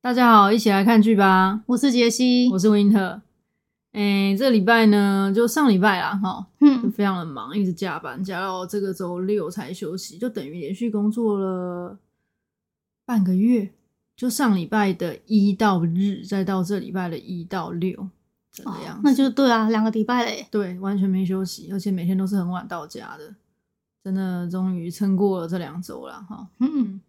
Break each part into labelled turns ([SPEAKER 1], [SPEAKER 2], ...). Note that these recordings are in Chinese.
[SPEAKER 1] 大家好，一起来看剧吧！
[SPEAKER 2] 我是杰西
[SPEAKER 1] 我，是 Winter。哎、这礼拜呢，就上礼拜啦，哈，就
[SPEAKER 2] 嗯，
[SPEAKER 1] 非常的忙，一直加班，加到这个周六才休息，就等于连续工作了半个月。就上礼拜的一到日，再到这礼拜的一到六，这个样子。
[SPEAKER 2] 那就对啊，两个礼拜嘞，
[SPEAKER 1] 对，完全没休息，而且每天都是很晚到家的。真的，终于撑过了这两周了，哈。
[SPEAKER 2] 嗯，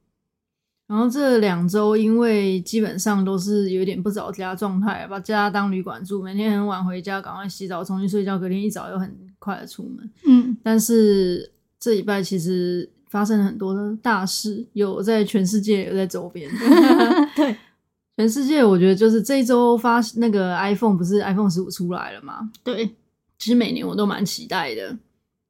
[SPEAKER 1] 然后这两周因为基本上都是有点不着家状态，把家当旅馆住，每天很晚回家，赶快洗澡，重新睡觉，隔天一早又很快的出门。
[SPEAKER 2] 嗯，
[SPEAKER 1] 但是这礼拜其实发生了很多的大事，有在全世界，有在周边。
[SPEAKER 2] 对，
[SPEAKER 1] 全世界我觉得就是这一周发那个 iPhone 不是 iPhone 十五出来了嘛？
[SPEAKER 2] 对，
[SPEAKER 1] 其实每年我都蛮期待的。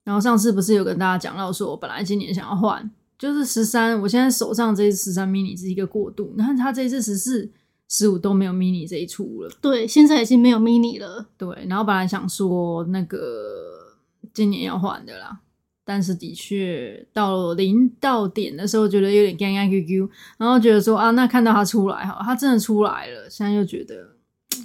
[SPEAKER 1] 然后上次不是有跟大家讲到说，我本来今年想要换，就是十三，我现在手上这一十三 mini 是一个过渡，你看它这一次十四、十五都没有 mini 这一出了，
[SPEAKER 2] 对，现在已经没有 mini 了，
[SPEAKER 1] 对。然后本来想说那个今年要换的啦，但是的确到临到点的时候，觉得有点干干 QQ，然后觉得说啊，那看到它出来哈，它真的出来了，现在又觉得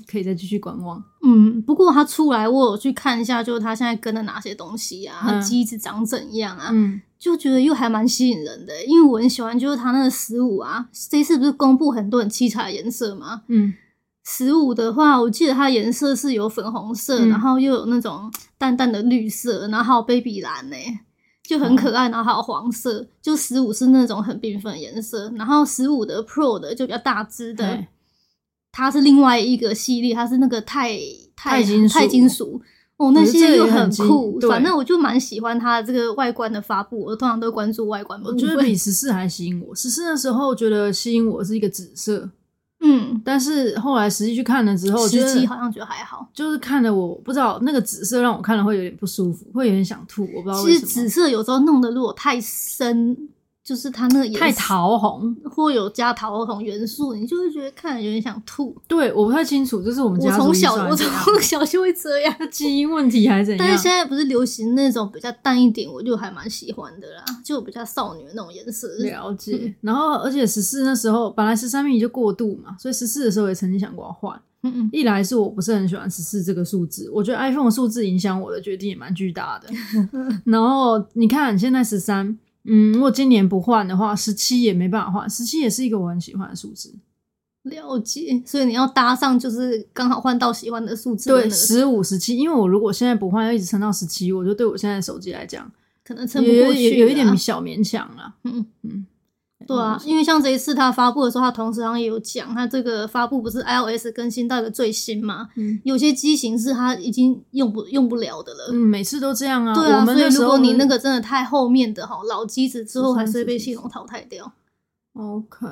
[SPEAKER 1] 可以再继续观望。
[SPEAKER 2] 嗯，不过它出来，我有去看一下，就是它现在跟了哪些东西啊，它
[SPEAKER 1] 嗯
[SPEAKER 2] 机子长怎样啊，
[SPEAKER 1] 嗯，
[SPEAKER 2] 就觉得又还蛮吸引人的，欸因为我很喜欢，就是它那个十五啊，这次不是公布很多很七彩的颜色吗？
[SPEAKER 1] 嗯
[SPEAKER 2] 十五的话，我记得它颜色是有粉红色，
[SPEAKER 1] 嗯
[SPEAKER 2] 然后又有那种淡淡的绿色，然后还有 baby 蓝呢、就
[SPEAKER 1] 哦
[SPEAKER 2] 很可爱。然后还有黄色，就十五是那种很缤纷的颜色。然后十五的 Pro 的就比较大只的
[SPEAKER 1] 对，
[SPEAKER 2] 它是另外一个系列，它是那个钛
[SPEAKER 1] 钛金属
[SPEAKER 2] 钛金属。哦，
[SPEAKER 1] 觉
[SPEAKER 2] 那
[SPEAKER 1] 得这
[SPEAKER 2] 些
[SPEAKER 1] 个
[SPEAKER 2] 又
[SPEAKER 1] 也很
[SPEAKER 2] 很
[SPEAKER 1] 精
[SPEAKER 2] 酷，
[SPEAKER 1] 对
[SPEAKER 2] 反正我就蛮喜欢它这个外观的发布，我通常都关注外观部
[SPEAKER 1] 我
[SPEAKER 2] 分。
[SPEAKER 1] 觉得比十四还吸引我。十四的时候觉得吸引我是一个紫色，
[SPEAKER 2] 嗯，
[SPEAKER 1] 但是后来实际去看了之后，觉
[SPEAKER 2] 十七
[SPEAKER 1] 得
[SPEAKER 2] 好像觉得还好。
[SPEAKER 1] 就是看了我不知道那个紫色让我看了会有点不舒服，会有点想吐，我不知道
[SPEAKER 2] 其
[SPEAKER 1] 为
[SPEAKER 2] 实
[SPEAKER 1] 什
[SPEAKER 2] 紫
[SPEAKER 1] 么。
[SPEAKER 2] 色有时候弄得如果太深，就是它那个颜色
[SPEAKER 1] 太桃红，
[SPEAKER 2] 或有加桃红元素，你就会觉得看了有点想吐。
[SPEAKER 1] 对，我不太清楚，这是我们
[SPEAKER 2] 我
[SPEAKER 1] 家
[SPEAKER 2] 从小我
[SPEAKER 1] 从
[SPEAKER 2] 从小就会这样，
[SPEAKER 1] 基因问题还是怎
[SPEAKER 2] 但
[SPEAKER 1] 样
[SPEAKER 2] 是？现在不是流行那种比较淡一点，我就还蛮喜欢的啦，就比较少女的那种颜色。
[SPEAKER 1] 了解。然后，而且十四那时候本来十三米就过度嘛，所以十四的时候也曾经想过要换。
[SPEAKER 2] 嗯嗯，
[SPEAKER 1] 一来是我不是很喜欢十四这个数字，我觉得 iPhone 的数字影响我的决定也蛮巨大 的。然后你看现在十三，嗯，如果今年不换的话，十七也没办法换，十七也是一个我很喜欢的数字。
[SPEAKER 2] 了解。所以你要搭上，就是刚好换到喜欢的数字的那
[SPEAKER 1] 对，
[SPEAKER 2] 个，
[SPEAKER 1] 十五、十七，因为我如果现在不换，要一直撑到十七，我就对我现在的手机来讲，
[SPEAKER 2] 可能撑不
[SPEAKER 1] 也有
[SPEAKER 2] 过去
[SPEAKER 1] 也
[SPEAKER 2] 啦
[SPEAKER 1] 有一点小勉强啦。
[SPEAKER 2] 嗯。
[SPEAKER 1] 嗯，
[SPEAKER 2] 对啊，因为像这一次它发布的时候，它同时好像也有讲，它这个发布不是 iOS 更新到一个最新嘛，
[SPEAKER 1] 嗯，
[SPEAKER 2] 有些机型是它已经用不用不了的了。
[SPEAKER 1] 嗯，每次都这样啊。
[SPEAKER 2] 对
[SPEAKER 1] 我
[SPEAKER 2] 啊，
[SPEAKER 1] 们
[SPEAKER 2] 所以
[SPEAKER 1] 那时
[SPEAKER 2] 如
[SPEAKER 1] 候
[SPEAKER 2] 果你
[SPEAKER 1] 是
[SPEAKER 2] 那个真的太后面的哈，老机子之后还是会被
[SPEAKER 1] 13
[SPEAKER 2] 系统淘汰掉。
[SPEAKER 1] OK，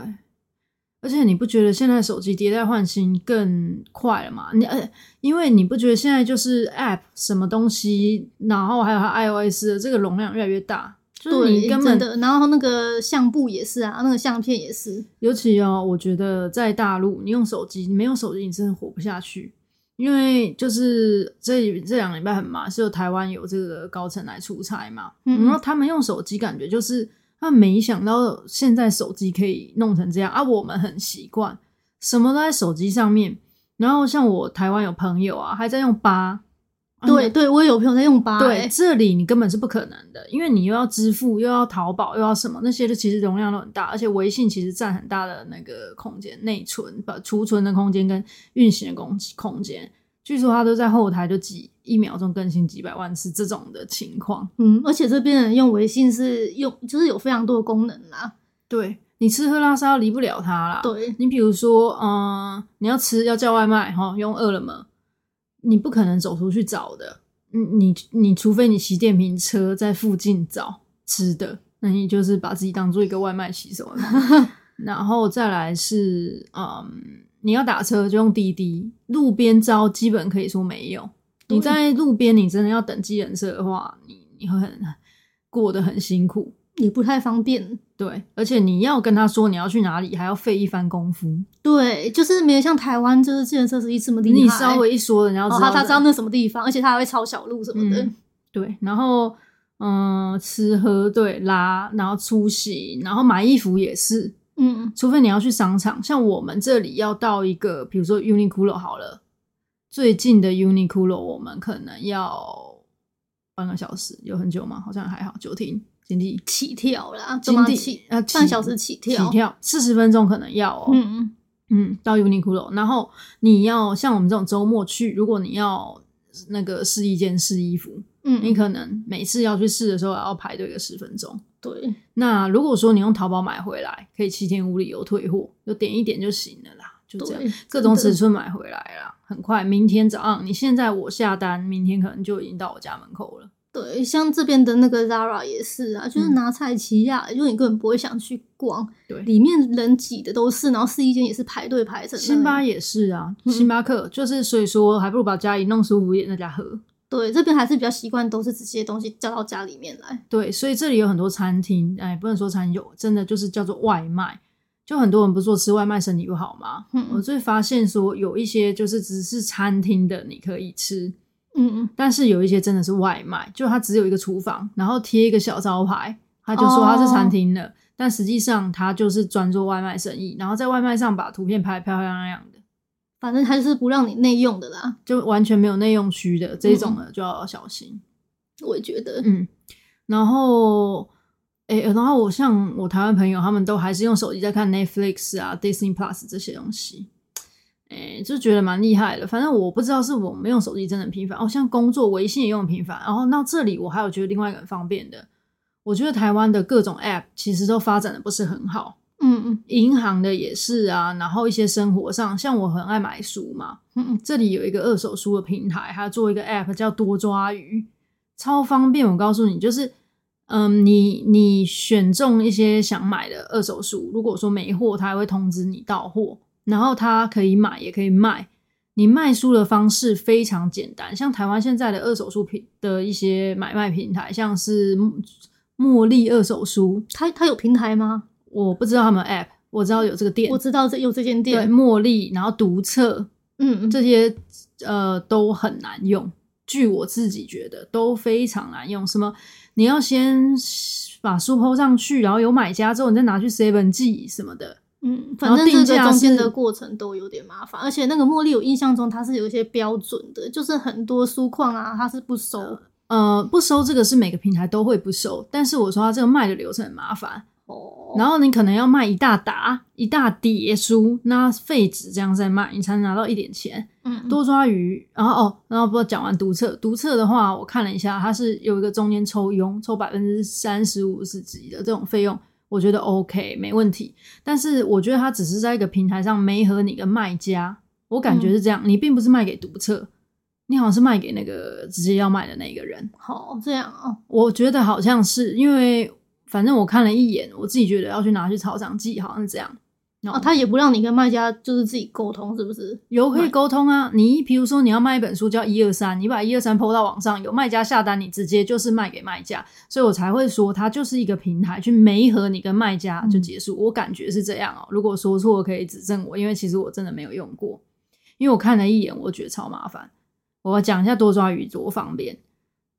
[SPEAKER 1] 而且你不觉得现在手机迭代换新更快了吗？你呃，因为你不觉得现在就是 App 什么东西，然后还有它 iOS 的这个容量越来越大，就是
[SPEAKER 2] 对，
[SPEAKER 1] 你根本
[SPEAKER 2] 真的。然后那个相簿也是啊，那个相片也是。
[SPEAKER 1] 尤其哦，我觉得在大陆，你用手机，你没有手机，你真的活不下去。因为就是这这两个礼拜很忙，是有台湾有这个高层来出差嘛，
[SPEAKER 2] 嗯
[SPEAKER 1] 然后他们用手机，感觉就是他们没想到现在手机可以弄成这样啊，我们很习惯，什么都在手机上面。然后像我台湾有朋友啊，还在用八，啊
[SPEAKER 2] 对对，我也有朋友在用八、
[SPEAKER 1] 对，
[SPEAKER 2] 欸
[SPEAKER 1] 这里你根本是不可能的，因为你又要支付，又要淘宝，又要什么那些，的，其实容量都很大，而且微信其实占很大的那个空间，内存、把储存的空间跟运行的空空间，据说它都在后台就几一秒钟更新几百万次这种的情况。
[SPEAKER 2] 嗯，而且这边人用微信是用，就是有非常多的功能啦。
[SPEAKER 1] 对你吃喝拉撒离不了它啦。
[SPEAKER 2] 对，
[SPEAKER 1] 你比如说，嗯、你要吃要叫外卖哈，用饿了么，你不可能走出去找的，你你你除非你骑电瓶车在附近找吃的，那你就是把自己当做一个外卖骑手了嘛。然后再来是，嗯，你要打车就用滴滴，路边招基本可以说没有。
[SPEAKER 2] 对
[SPEAKER 1] 你在路边，你真的要等计程车的话，你你会很过得很辛苦。
[SPEAKER 2] 也不太方便。
[SPEAKER 1] 对，而且你要跟他说你要去哪里，还要费一番功夫。
[SPEAKER 2] 对，就是没有像台湾就是建设司机这么厉害。
[SPEAKER 1] 你稍微一说，人家知
[SPEAKER 2] 哦，
[SPEAKER 1] 道、
[SPEAKER 2] 他他知道那什么地方，而且他还会抄小路什么的。
[SPEAKER 1] 嗯对，然后呃嗯、吃喝对拉，然后出行，然后买衣服也是，
[SPEAKER 2] 嗯
[SPEAKER 1] 除非你要去商场，像我们这里要到一个，比如说 Uniqlo 好了，最近的 Uniqlo 我们可能要半个小时，有很久吗？好像还好，九停经济
[SPEAKER 2] 起跳啦，干
[SPEAKER 1] 经
[SPEAKER 2] 嘛
[SPEAKER 1] 济
[SPEAKER 2] 起
[SPEAKER 1] 啊，
[SPEAKER 2] 半小时起
[SPEAKER 1] 起
[SPEAKER 2] 跳，
[SPEAKER 1] 跳四十分钟可能要哦，嗯
[SPEAKER 2] 嗯
[SPEAKER 1] 到 Uniqlo，然后你要像我们这种周末去，如果你要那个试一件试衣服，
[SPEAKER 2] 嗯，
[SPEAKER 1] 你可能每次要去试的时候也要排队个十分钟。
[SPEAKER 2] 对，
[SPEAKER 1] 那如果说你用淘宝买回来，可以七天无理由退货，就点一点就行了啦，就这样
[SPEAKER 2] 对。
[SPEAKER 1] 各种
[SPEAKER 2] 真的
[SPEAKER 1] 尺寸买回来啦，很快，明天早上你现在我下单，明天可能就已经到我家门口了。
[SPEAKER 2] 对，像这边的那个 Zara 也是啊，就是
[SPEAKER 1] 嗯
[SPEAKER 2] 拿菜奇亚，就你根本不会想去逛，
[SPEAKER 1] 对
[SPEAKER 2] 里面人挤的都是，然后试衣间也是排队排成那样。
[SPEAKER 1] 星巴也是啊，
[SPEAKER 2] 嗯
[SPEAKER 1] 星巴克就是，所以说还不如把家里弄舒服一点，在家喝。
[SPEAKER 2] 对，这边还是比较习惯都是这些东西叫到家里面来。
[SPEAKER 1] 对，所以这里有很多餐厅，哎，不能说餐厅有，真的就是叫做外卖。就很多人不是说吃外卖身体不好吗？我
[SPEAKER 2] 嗯
[SPEAKER 1] 最发现说有一些就是只是餐厅的你可以吃，
[SPEAKER 2] 嗯，
[SPEAKER 1] 但是有一些真的是外卖，就它只有一个厨房，然后贴一个小招牌，他就说它是餐厅了，但实际上它就是专做外卖生意，然后在外卖上把图片拍得漂漂亮亮的，
[SPEAKER 2] 反正它就是不让你内用的啦，
[SPEAKER 1] 就完全没有内用区的这种呢，就要小心。
[SPEAKER 2] 我也觉得。
[SPEAKER 1] 嗯，然后，诶，呃然后我像我台湾朋友，他们都还是用手机在看 Netflix 啊、Disney Plus 这些东西，诶，就觉得蛮厉害的。反正我不知道是我们用手机真的很频繁，哦，像工作微信也用很频繁。然后到这里，我还有觉得另外一个很方便的，我觉得台湾的各种 App 其实都发展的不是很好，
[SPEAKER 2] 嗯
[SPEAKER 1] 银行的也是啊，然后一些生活上，像我很爱买书嘛，
[SPEAKER 2] 嗯嗯，
[SPEAKER 1] 这里有一个二手书的平台，它做一个 app 叫多抓鱼，超方便。我告诉你，就是嗯，你你选中一些想买的二手书，如果说没货，它还会通知你到货，然后它可以买也可以卖。你卖书的方式非常简单，像台湾现在的二手书平的一些买卖平台，像是茉莉二手书，
[SPEAKER 2] 它它有平台吗？
[SPEAKER 1] 我不知道他们有 app，我知道有这个店
[SPEAKER 2] 我，知道这有这间
[SPEAKER 1] 对，
[SPEAKER 2] 店。
[SPEAKER 1] 茉莉，然后读册，
[SPEAKER 2] 嗯，嗯
[SPEAKER 1] 这些呃都很难用。据我自己觉得都非常难用，什么你要先把书抛上去，然后有买家之后，你再拿去 seven 寄什么的。
[SPEAKER 2] 嗯，
[SPEAKER 1] 然
[SPEAKER 2] 反
[SPEAKER 1] 后
[SPEAKER 2] 正这
[SPEAKER 1] 定
[SPEAKER 2] 个
[SPEAKER 1] 价
[SPEAKER 2] 中间的
[SPEAKER 1] 是
[SPEAKER 2] 过程都有点麻烦，而且那个茉莉，我印象中它是有一些标准的，就是很多书况啊，它是不收。
[SPEAKER 1] 呃，不收这个是每个平台都会不收，但是我说它这个卖的流程很麻烦，
[SPEAKER 2] 哦，
[SPEAKER 1] 然后你可能要卖一大沓、一大叠书，那废纸这样再卖，你才能拿到一点钱。
[SPEAKER 2] 嗯，
[SPEAKER 1] 多抓鱼，然后哦，然后不讲完读册，读册的话，我看了一下，它是有一个中间抽佣，抽百分之三十五是几的这种费用，我觉得 OK 没问题。但是我觉得它只是在一个平台上没和你跟卖家，我感觉是这样，你并不是卖给读册，你好像是卖给那个直接要卖的那个人。
[SPEAKER 2] 好这样哦，
[SPEAKER 1] 我觉得好像是因为，反正我看了一眼，我自己觉得要去拿去草场寄，好像是这样。
[SPEAKER 2] 哦，他也不让你跟卖家就是自己沟通，是不是？
[SPEAKER 1] 有可以
[SPEAKER 2] 买
[SPEAKER 1] 沟通啊，你比如说你要卖一本书叫一二三，你把一二三抛到网上，有卖家下单，你直接就是卖给卖家，所以我才会说它就是一个平台，去媒合你跟卖家就结束。我感觉是这样哦、如果说错可以指正我，因为其实我真的没有用过，因为我看了一眼，我觉得超麻烦。我讲一下多抓鱼多方便，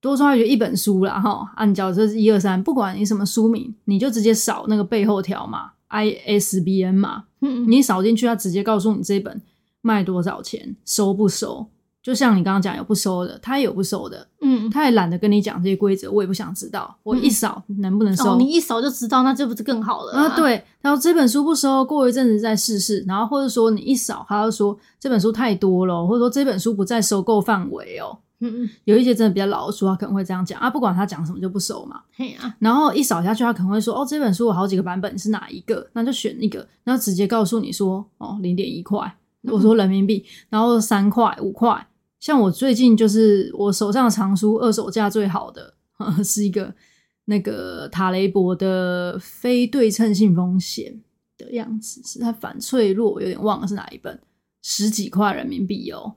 [SPEAKER 1] 多抓鱼一本书啦哈，按你假如这是一二三，不管你什么书名，你就直接扫那个背后条码 ISBN 码。
[SPEAKER 2] 嗯，
[SPEAKER 1] 你扫进去，它直接告诉你这一本卖多少钱，收不收。就像你刚刚讲，有不收的，他也有不收的，
[SPEAKER 2] 嗯，
[SPEAKER 1] 他也懒得跟你讲这些规则，我也不想知道。我一扫能不能收？
[SPEAKER 2] 哦，你一扫就知道，那这不是更好了
[SPEAKER 1] 啊，对，然后这本书不收，过一阵子再试试。然后或者说你一扫，他就说这本书太多了哦，或者说这本书不在收购范围哦。
[SPEAKER 2] 嗯，嗯，
[SPEAKER 1] 有一些真的比较老的书，他可能会这样讲啊，不管他讲什么就不收嘛。
[SPEAKER 2] 嘿啊呀，
[SPEAKER 1] 然后一扫下去，他可能会说：“哦，这本书有好几个版本，是哪一个？”那就选一个，然后直接告诉你说：“哦，零点一块。”我说人民币，然后三块、五块。像我最近就是我手上的藏书，二手价最好的呵呵是一个那个塔雷伯的非对称性风险的样子，是它反脆弱，我有点忘了是哪一本，十几块人民币哦。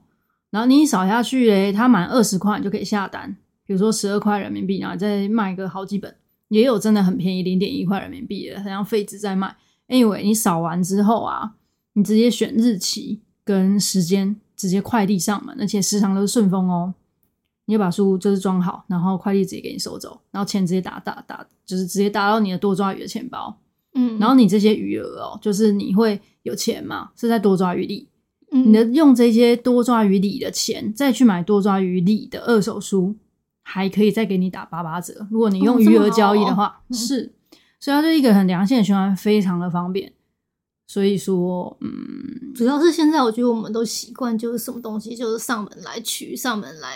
[SPEAKER 1] 然后你一扫下去嘞，它满二十块你就可以下单，比如说十二块人民币，然后再卖个好几本，也有真的很便宜，零点一块人民币的，好像废纸在卖。Anyway，你扫完之后啊，你直接选日期跟时间，直接快递上门，而且时常都是顺丰哦。你就把书就是装好，然后快递直接给你收走，然后钱直接打打打，就是直接打到你的多抓鱼的钱包。
[SPEAKER 2] 嗯，
[SPEAKER 1] 然后你这些余额哦，就是你会有钱嘛，是在多抓鱼利，
[SPEAKER 2] 你
[SPEAKER 1] 你的用这些多抓鱼里的钱，再去买多抓鱼里的二手书，还可以再给你打八八折。如果你用
[SPEAKER 2] 哦这么
[SPEAKER 1] 余额交易的话，
[SPEAKER 2] 好哦
[SPEAKER 1] 是，所以它就是一个很良性的循环，非常的方便。所以说， 嗯，
[SPEAKER 2] 主要是现在我觉得我们都习惯就是什么东西就是上门来取，上门来。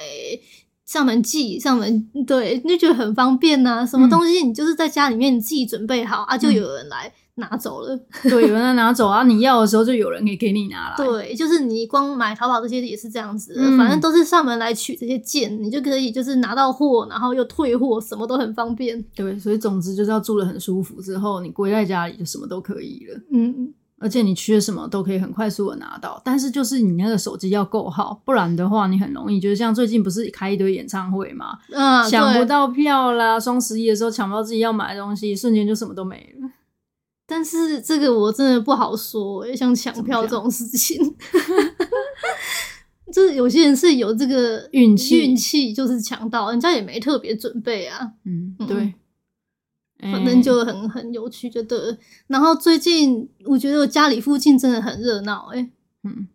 [SPEAKER 2] 上门寄，上门对，你就觉得很方便呐、什么
[SPEAKER 1] 嗯
[SPEAKER 2] 东西你就是在家里面你自己准备好、啊，就
[SPEAKER 1] 嗯
[SPEAKER 2] 有人来拿走了。
[SPEAKER 1] 对，有人来拿走啊，你要的时候就有人可以给你拿来。
[SPEAKER 2] 对，就是你光买淘宝这些也是这样子的，
[SPEAKER 1] 嗯
[SPEAKER 2] 反正都是上门来取这些件，你就可以就是拿到货，然后又退货，什么都很方便。
[SPEAKER 1] 对，所以总之就是要住得很舒服之后，你归在家里就什么都可以了。
[SPEAKER 2] 嗯，
[SPEAKER 1] 而且你缺什么都可以很快速的拿到，但是就是你那个手机要够好，不然的话你很容易就是像最近不是开一堆演唱会嘛，
[SPEAKER 2] 啊，
[SPEAKER 1] 抢不
[SPEAKER 2] 对。
[SPEAKER 1] 到票啦，双十一的时候抢不到自己要买的东西，瞬间就什么都没了。
[SPEAKER 2] 但是这个我真的不好说、欸，像抢票这种事情， 就是有些人是有这个
[SPEAKER 1] 运气
[SPEAKER 2] 运气就是抢到，人家也没特别准备啊，
[SPEAKER 1] 嗯，
[SPEAKER 2] 嗯
[SPEAKER 1] 对，哎
[SPEAKER 2] 反正
[SPEAKER 1] 嗯
[SPEAKER 2] 就很很有趣，就对了。然后最近我觉得我家里附近真的很热闹、欸，
[SPEAKER 1] 嗯，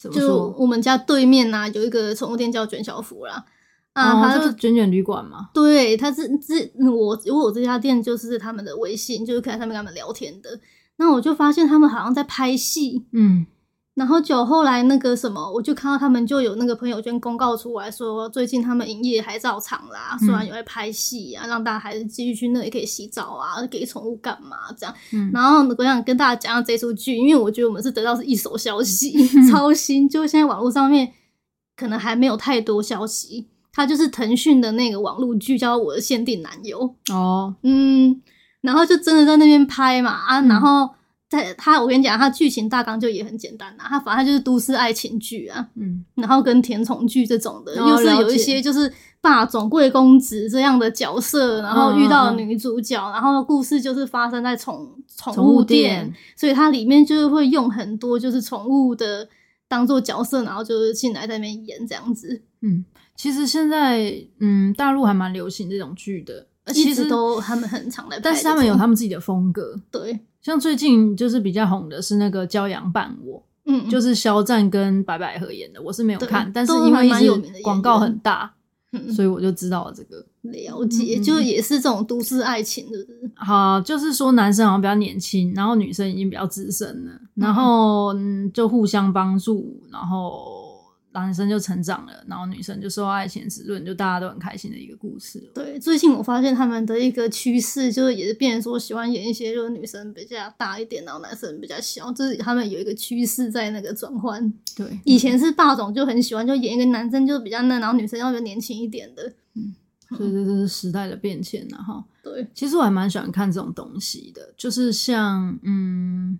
[SPEAKER 1] 怎么
[SPEAKER 2] 就
[SPEAKER 1] 说？哦
[SPEAKER 2] 我们家对面呐、有一个宠物店叫卷小福啦，啊，
[SPEAKER 1] 哦，
[SPEAKER 2] 他、
[SPEAKER 1] 就是卷卷旅馆嘛，
[SPEAKER 2] 对他这这我我这家店就是他们的微信，就是可以在上面跟他们聊天的。那我就发现他们好像在拍戏，
[SPEAKER 1] 嗯
[SPEAKER 2] 然后就后来那个什么，我就看到他们就有那个朋友圈公告出来说，最近他们营业还照常啦，虽然有在拍戏啊，让大家还是继续去那里可以洗澡啊，给宠物干嘛这样。
[SPEAKER 1] 嗯，
[SPEAKER 2] 然后我想跟大家讲讲这出剧，因为我觉得我们是得到是一手消息，超新。就现在网络上面可能还没有太多消息，它就是腾讯的那个网络剧叫《我的限定男友》，
[SPEAKER 1] 哦，
[SPEAKER 2] 嗯，然后就真的在那边拍嘛啊，
[SPEAKER 1] 嗯
[SPEAKER 2] 然后在它我跟你讲，它剧情大纲就也很简单啦，它反正它就是都市爱情剧啊，
[SPEAKER 1] 嗯
[SPEAKER 2] 然后跟甜宠剧这种的，
[SPEAKER 1] 哦
[SPEAKER 2] 又是有
[SPEAKER 1] 了
[SPEAKER 2] 一
[SPEAKER 1] 解
[SPEAKER 2] 些就是霸总、贵公子这样的角色，然后遇到
[SPEAKER 1] 嗯嗯嗯
[SPEAKER 2] 女主角，然后故事就是发生在宠宠
[SPEAKER 1] 宠
[SPEAKER 2] 物
[SPEAKER 1] 物
[SPEAKER 2] 店，
[SPEAKER 1] 店
[SPEAKER 2] 所以它里面就是会用很多就是宠物的当做角色，然后就是进来在那边演这样子，
[SPEAKER 1] 嗯，其实现在嗯，大陆还蛮流行这种剧的，呃
[SPEAKER 2] 一
[SPEAKER 1] 其
[SPEAKER 2] 直
[SPEAKER 1] 实
[SPEAKER 2] 都他们很常来拍这种，
[SPEAKER 1] 但是他们有他们自己的风格。
[SPEAKER 2] 对，
[SPEAKER 1] 像最近就是比较红的是那个《骄阳伴我》，
[SPEAKER 2] 嗯，
[SPEAKER 1] 就是肖战跟白百合演的，我是没有
[SPEAKER 2] 对
[SPEAKER 1] 看，但是
[SPEAKER 2] 都
[SPEAKER 1] 因
[SPEAKER 2] 还
[SPEAKER 1] 为一
[SPEAKER 2] 蛮有名的
[SPEAKER 1] 直
[SPEAKER 2] 演
[SPEAKER 1] 广告
[SPEAKER 2] 员
[SPEAKER 1] 很大，
[SPEAKER 2] 嗯
[SPEAKER 1] 所以我就知道了这个。
[SPEAKER 2] 了解，
[SPEAKER 1] 嗯嗯
[SPEAKER 2] 就
[SPEAKER 1] 嗯
[SPEAKER 2] 也是这种都市爱情，是不是？
[SPEAKER 1] 好，就是说男生好像比较年轻，然后女生已经比较资深了，然后嗯就互相帮助，然后男生就成长了，然后女生就受到爱情滋润，就大家都很开心的一个故事。
[SPEAKER 2] 对，最近我发现他们的一个趋势，就是也是变成说喜欢演一些就是女生比较大一点，然后男生比较小，就是他们有一个趋势在那个转换。
[SPEAKER 1] 对，
[SPEAKER 2] 以前是霸总就很喜欢，就演一个男生就比较嫩，然后女生要就年轻一点的。
[SPEAKER 1] 所以这就是时代的变迁然后
[SPEAKER 2] 对，
[SPEAKER 1] 其实我还蛮喜欢看这种东西的，就是像嗯。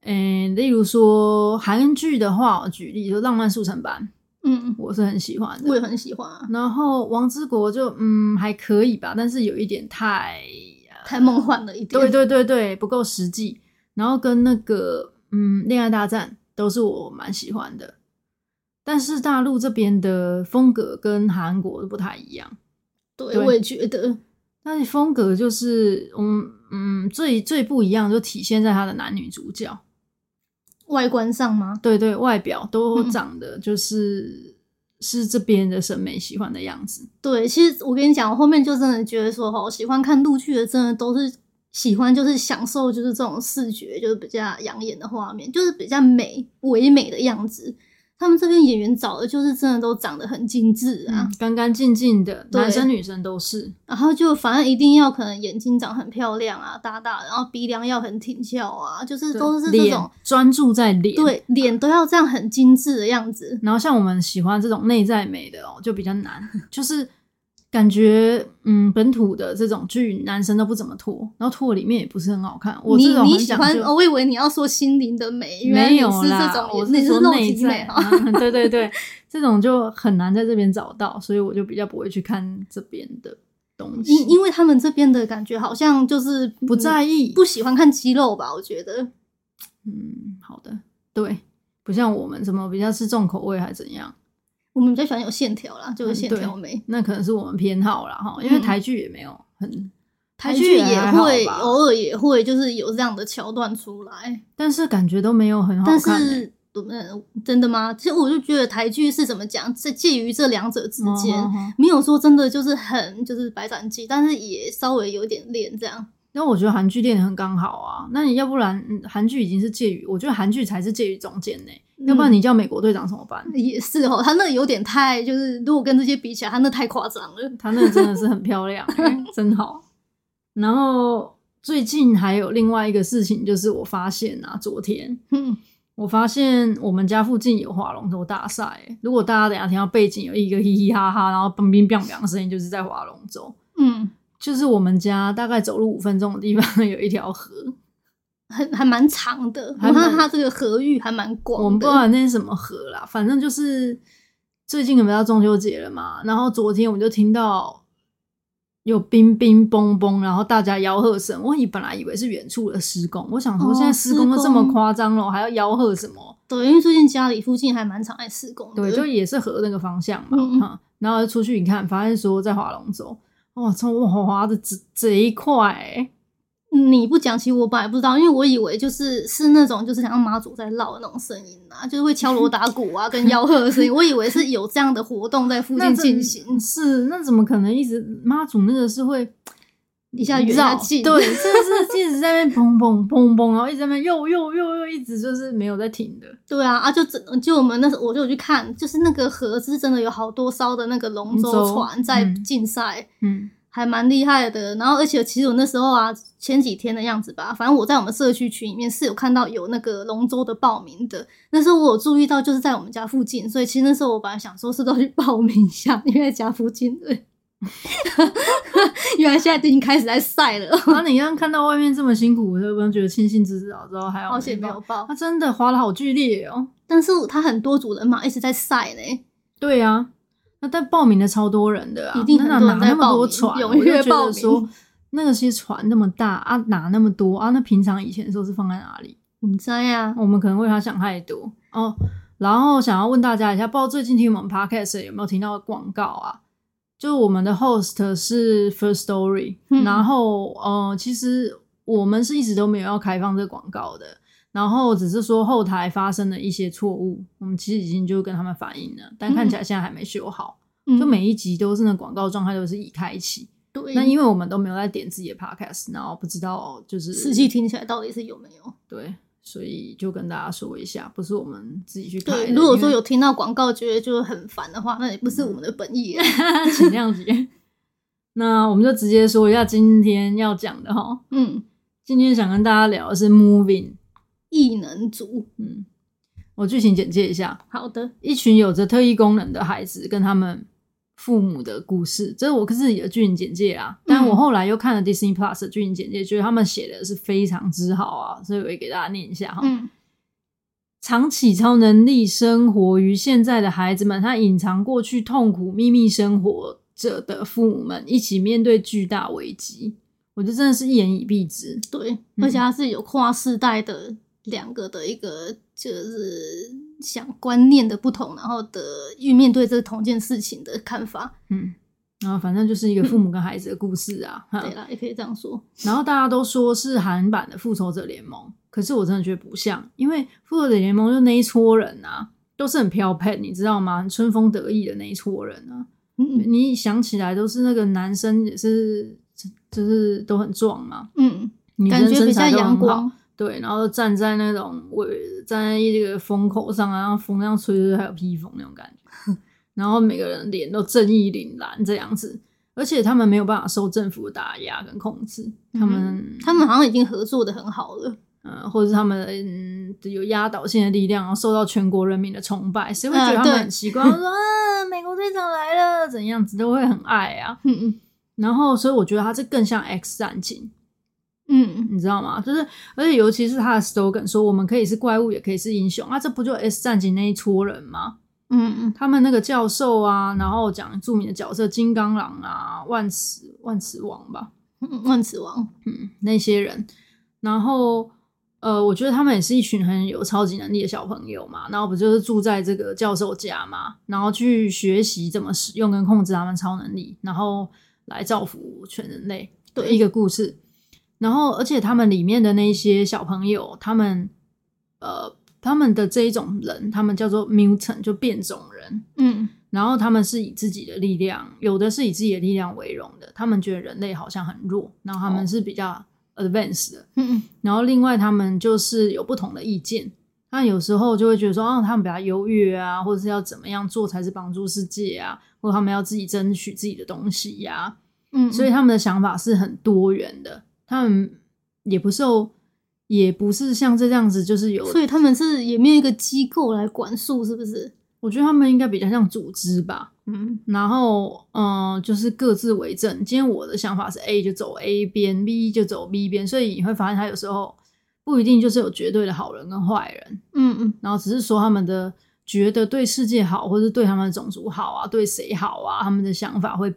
[SPEAKER 1] 诶、例如说韩剧的话，我举例就《浪漫速成班》，
[SPEAKER 2] 嗯，
[SPEAKER 1] 我是很喜欢的。
[SPEAKER 2] 我也很喜欢啊，
[SPEAKER 1] 然后《王之国就》嗯还可以吧，但是有一点太呃
[SPEAKER 2] 太梦幻了一点。
[SPEAKER 1] 对，对对对，不够实际。然后跟那个嗯，《恋爱大战》都是我蛮喜欢的，但是大陆这边的风格跟韩国都不太一样。
[SPEAKER 2] 对，
[SPEAKER 1] 对
[SPEAKER 2] 我也觉得，
[SPEAKER 1] 但是风格就是嗯嗯，最最不一样就体现在他的男女主角，
[SPEAKER 2] 外观上吗？
[SPEAKER 1] 对对，外表都
[SPEAKER 2] 嗯
[SPEAKER 1] 长得就是、是这边的审美喜欢的样子。
[SPEAKER 2] 对，其实我跟你讲，我后面就真的觉得说，哦，喜欢看陆剧的，真的都是喜欢，就是享受，就是这种视觉，就是比较养眼的画面，就是比较美、唯美的样子。他们这边演员找的，就是真的都长得很精致啊，
[SPEAKER 1] 嗯，干干净净的，
[SPEAKER 2] 对
[SPEAKER 1] 男生女生都是。
[SPEAKER 2] 然后就反正一定要可能眼睛长很漂亮啊，大大的，然后鼻梁要很挺翘啊，就是
[SPEAKER 1] 对
[SPEAKER 2] 都是这
[SPEAKER 1] 脸
[SPEAKER 2] 种
[SPEAKER 1] 专注在脸，。
[SPEAKER 2] 对脸都要这样很精致的样子。
[SPEAKER 1] 然后像我们喜欢这种内在美的哦，就比较难，就是感觉嗯，本土的这种剧男生都不怎么脱，然后脱里面也不是很好看。我
[SPEAKER 2] 你
[SPEAKER 1] 这种
[SPEAKER 2] 你
[SPEAKER 1] 很
[SPEAKER 2] 喜
[SPEAKER 1] 讲
[SPEAKER 2] 欢
[SPEAKER 1] 究
[SPEAKER 2] 哦，我以为你要说心灵的美，原来
[SPEAKER 1] 没
[SPEAKER 2] 你
[SPEAKER 1] 有
[SPEAKER 2] 是这
[SPEAKER 1] 啦，
[SPEAKER 2] 种，
[SPEAKER 1] 我
[SPEAKER 2] 你是
[SPEAKER 1] 说
[SPEAKER 2] 肉
[SPEAKER 1] 内
[SPEAKER 2] 体美
[SPEAKER 1] 在，
[SPEAKER 2] 啊。
[SPEAKER 1] 嗯 对对 对，这种就很难在这边找到，所以我就比较不会去看这边的东西，
[SPEAKER 2] 因因为他们这边的感觉好像就是
[SPEAKER 1] 不在意，
[SPEAKER 2] 不喜欢看肌肉吧，我觉得。
[SPEAKER 1] 嗯，好的，对，不像我们什么比较吃重口味还怎样。
[SPEAKER 2] 我们比较喜欢有线条啦，就是
[SPEAKER 1] 嗯
[SPEAKER 2] 线条美。
[SPEAKER 1] 那可能是我们偏好啦哈，因为
[SPEAKER 2] 嗯
[SPEAKER 1] 台剧也没有很
[SPEAKER 2] 台
[SPEAKER 1] 剧
[SPEAKER 2] 剧
[SPEAKER 1] 也
[SPEAKER 2] 也
[SPEAKER 1] 还好
[SPEAKER 2] 会
[SPEAKER 1] 吧
[SPEAKER 2] 偶尔也会就是有这样的桥段出来，
[SPEAKER 1] 但是感觉都没有很好
[SPEAKER 2] 但
[SPEAKER 1] 看欸、
[SPEAKER 2] 是嗯，真的吗？其实我就觉得台剧是怎么讲，在介于这两者之间，
[SPEAKER 1] 嗯哼哼
[SPEAKER 2] 没有说真的就是很就是白斩鸡，但是也稍微有点练这样。
[SPEAKER 1] 因为我觉得韩剧练得很刚好啊，那你要不然嗯韩剧已经是介于，我觉得韩剧才是介于中间呢、要不然你叫美国队长怎么办？
[SPEAKER 2] 嗯也是哦，他那有点太就是，如果跟这些比起来，他那太夸张了。
[SPEAKER 1] 她那个真的是很漂 亮、欸真好。然后最近还有另外一个事情，就是我发现啊，昨天
[SPEAKER 2] 嗯，
[SPEAKER 1] 我发现我们家附近有划龙舟大赛欸、如果大家等一下听到背景有一个嘻嘻哈哈，然后冰冰乓乓的声音，就是在划龙舟。
[SPEAKER 2] 嗯，
[SPEAKER 1] 就是我们家大概走路五分钟的地方 有一条河，
[SPEAKER 2] 还还蛮长的，
[SPEAKER 1] 还
[SPEAKER 2] 我看
[SPEAKER 1] 蛮
[SPEAKER 2] 他这个河域还蛮广的。
[SPEAKER 1] 我们不知道那是什么河啦，反正就是最近我们要中秋节了嘛，然后昨天我们就听到有冰冰嘣嘣，然后大家吆喝声，我以本来以为是远处的施工，我想说
[SPEAKER 2] 哦
[SPEAKER 1] 现在施工都这
[SPEAKER 2] 施
[SPEAKER 1] 么
[SPEAKER 2] 工哦
[SPEAKER 1] 夸张了，还要吆喝什么？
[SPEAKER 2] 对，因为最近家里附近还蛮常爱施工的。
[SPEAKER 1] 对，就也是河那个方向嘛，
[SPEAKER 2] 嗯嗯
[SPEAKER 1] 哈、然后就出去一看，发现说在划龙舟，哇，从哇划的贼贼快、欸，
[SPEAKER 2] 嗯你不讲，其实我本来不知道，因为我以为就是是那种就是像妈祖在绕的那种声音啊，就是会敲锣打鼓啊，跟吆喝的声音，我以为是有这样的活动在附
[SPEAKER 1] 那
[SPEAKER 2] 近
[SPEAKER 1] 怎
[SPEAKER 2] 进行。
[SPEAKER 1] 是那怎么可能一直妈祖那个是会
[SPEAKER 2] 一下远一
[SPEAKER 1] 绕
[SPEAKER 2] 下近
[SPEAKER 1] 对，真的是一直在那边砰砰砰砰，然后一直在那边又又又又一直就是没有在停的
[SPEAKER 2] 对啊，啊就整就我们那时候我就有去看，就是那个盒子真的有好多艘的那个龙
[SPEAKER 1] 龙舟
[SPEAKER 2] 舟船在
[SPEAKER 1] 嗯
[SPEAKER 2] 竞赛，
[SPEAKER 1] 嗯，
[SPEAKER 2] 还蛮厉害的。然后而且其实我那时候啊，前几天的样子吧，反正我在我们社区群里面是有看到有那个龙舟的报名的。那时候我有注意到，就是在我们家附近，所以其实那时候我本来想说是不是要去报名一下，因为在家附近的。 原来现在都已经开始在赛了，
[SPEAKER 1] 然后你刚刚看到外面这么辛苦，我就不用觉得庆幸之啊至少之后还有
[SPEAKER 2] 好险没有报
[SPEAKER 1] 他。真的滑的好剧烈哦。
[SPEAKER 2] 但是他很多组人马一直在赛嘞，
[SPEAKER 1] 对啊，那但报名的超多人的啊，
[SPEAKER 2] 一定
[SPEAKER 1] 那
[SPEAKER 2] 很
[SPEAKER 1] 哪
[SPEAKER 2] 多人
[SPEAKER 1] 哪
[SPEAKER 2] 在
[SPEAKER 1] 那么
[SPEAKER 2] 报
[SPEAKER 1] 多
[SPEAKER 2] 名
[SPEAKER 1] 船，啊
[SPEAKER 2] 踊
[SPEAKER 1] 我就
[SPEAKER 2] 跃
[SPEAKER 1] 觉
[SPEAKER 2] 报
[SPEAKER 1] 得说
[SPEAKER 2] 名
[SPEAKER 1] 那些船那么大啊，哪那么多啊？那平常以前的时候是放在哪里？
[SPEAKER 2] 你知道呀？
[SPEAKER 1] 我们可能为他想太多哦。然后想要问大家一下，不知道最近听我们 podcast 有没有听到广告啊？就是我们的 host 是 First Story，、
[SPEAKER 2] 嗯
[SPEAKER 1] 然后呃，其实我们是一直都没有要开放这个广告的，然后只是说后台发生了一些错误，我们其实已经就跟他们反映了，但看起来现在还没修好，
[SPEAKER 2] 嗯
[SPEAKER 1] 就每一集都是那广告状态都是已开启，
[SPEAKER 2] 对，
[SPEAKER 1] 那因为我们都没有在点自己的 podcast，然后不知道就是
[SPEAKER 2] 实际听起来到底是有没有？
[SPEAKER 1] 对，所以就跟大家说一下，不是我们自己去开的。
[SPEAKER 2] 对，如果说
[SPEAKER 1] 因为
[SPEAKER 2] 有听到广告觉得就是很烦的话，那也不是我们的本意。
[SPEAKER 1] 请谅解，那我们就直接说一下今天要讲的哈。
[SPEAKER 2] 嗯，
[SPEAKER 1] 今天想跟大家聊的是 Moving，
[SPEAKER 2] 异能族，
[SPEAKER 1] 嗯，我剧情简介一下，
[SPEAKER 2] 好的，
[SPEAKER 1] 一群有着特异功能的孩子跟他们父母的故事，这是我自己的剧情简介啊。
[SPEAKER 2] 嗯
[SPEAKER 1] 但我后来又看了 Disney Plus 的剧情简介，觉得他们写的是非常之好啊，所以我也给大家念一下哈。
[SPEAKER 2] 嗯
[SPEAKER 1] 藏起超能力生活于现在的孩子们，他隐藏过去痛苦秘密生活着的父母们，一起面对巨大危机。我觉得真的是一言以蔽之。
[SPEAKER 2] 对，
[SPEAKER 1] 嗯
[SPEAKER 2] 而且它是有跨世代的两个的一个就是想观念的不同，然后的遇面对这同件事情的看法，
[SPEAKER 1] 嗯，然后反正就是一个父母跟孩子的故事 啊。哈
[SPEAKER 2] 对啦，也可以这样说。
[SPEAKER 1] 然后大家都说是韩版的《复仇者联盟》，可是我真的觉得不像，因为《复仇者联盟》就那一撮人啊，都是很飘派，你知道吗？很春风得意的那一撮人啊。
[SPEAKER 2] 嗯
[SPEAKER 1] 你一想起来都是那个男生也是，就是都很壮嘛。
[SPEAKER 2] 嗯，
[SPEAKER 1] 女
[SPEAKER 2] 感
[SPEAKER 1] 生
[SPEAKER 2] 觉
[SPEAKER 1] 身
[SPEAKER 2] 比较
[SPEAKER 1] 材都
[SPEAKER 2] 阳
[SPEAKER 1] 很好，
[SPEAKER 2] 光，
[SPEAKER 1] 对，然后站在那种我站在一个风口上啊，然后风这样吹，就是还有披风那种感觉， 然后每个人脸都正义凛然这样子，而且他们没有办法受政府的打压跟控制，他们
[SPEAKER 2] 嗯、他们好像已经合作的很好了，
[SPEAKER 1] 呃，或者是他们嗯有压倒性的力量，然后受到全国人民的崇拜，谁会觉得他
[SPEAKER 2] 啊
[SPEAKER 1] 们
[SPEAKER 2] 对
[SPEAKER 1] 很奇怪？他说啊，美国队长来了，怎样子都会很爱啊。
[SPEAKER 2] 嗯嗯
[SPEAKER 1] 然后，所以我觉得他这更像 X 战警，
[SPEAKER 2] 嗯，
[SPEAKER 1] 你知道吗？就是，而且尤其是他的 slogan 说，我们可以是怪物，也可以是英雄。啊那、这不就 S 战警那一撮人吗？
[SPEAKER 2] 嗯嗯，
[SPEAKER 1] 他们那个教授啊，然后讲著名的角色金刚狼啊、万磁万磁王吧，
[SPEAKER 2] 嗯万磁王，
[SPEAKER 1] 嗯，那些人。然后，呃，我觉得他们也是一群很有超级能力的小朋友嘛。然后不就是住在这个教授家嘛，然后去学习怎么使用跟控制他们超能力，然后来造福全人类。
[SPEAKER 2] 对
[SPEAKER 1] 一个故事。然后，而且他们里面的那些小朋友，他们呃，他们的这一种人，他们叫做 mutant，就变种人。
[SPEAKER 2] 嗯
[SPEAKER 1] 然后他们是以自己的力量，有的是以自己的力量为荣的，他们觉得人类好像很弱，然后他
[SPEAKER 2] 哦
[SPEAKER 1] 们是比较 advanced 的。
[SPEAKER 2] 嗯嗯
[SPEAKER 1] 然后另外他们就是有不同的意见，那有时候就会觉得说，哦，他们比较优越啊，或者是要怎么样做才是帮助世界啊，或者他们要自己争取自己的东西呀、
[SPEAKER 2] 嗯，
[SPEAKER 1] 所以他们的想法是很多元的，他们也不受，也不是像这样子，就是有，
[SPEAKER 2] 所以他们是也没有一个机构来管束，是不是？
[SPEAKER 1] 我觉得他们应该比较像组织吧。
[SPEAKER 2] 嗯
[SPEAKER 1] 然后，嗯、就是各自为政。今天我的想法是 A 就走 A 边，B 就走 B 边，所以你会发现他有时候不一定就是有绝对的好人跟坏人，
[SPEAKER 2] 嗯嗯
[SPEAKER 1] 然后只是说他们的觉得对世界好，或是对他们的种族好啊，对谁好啊，他们的想法会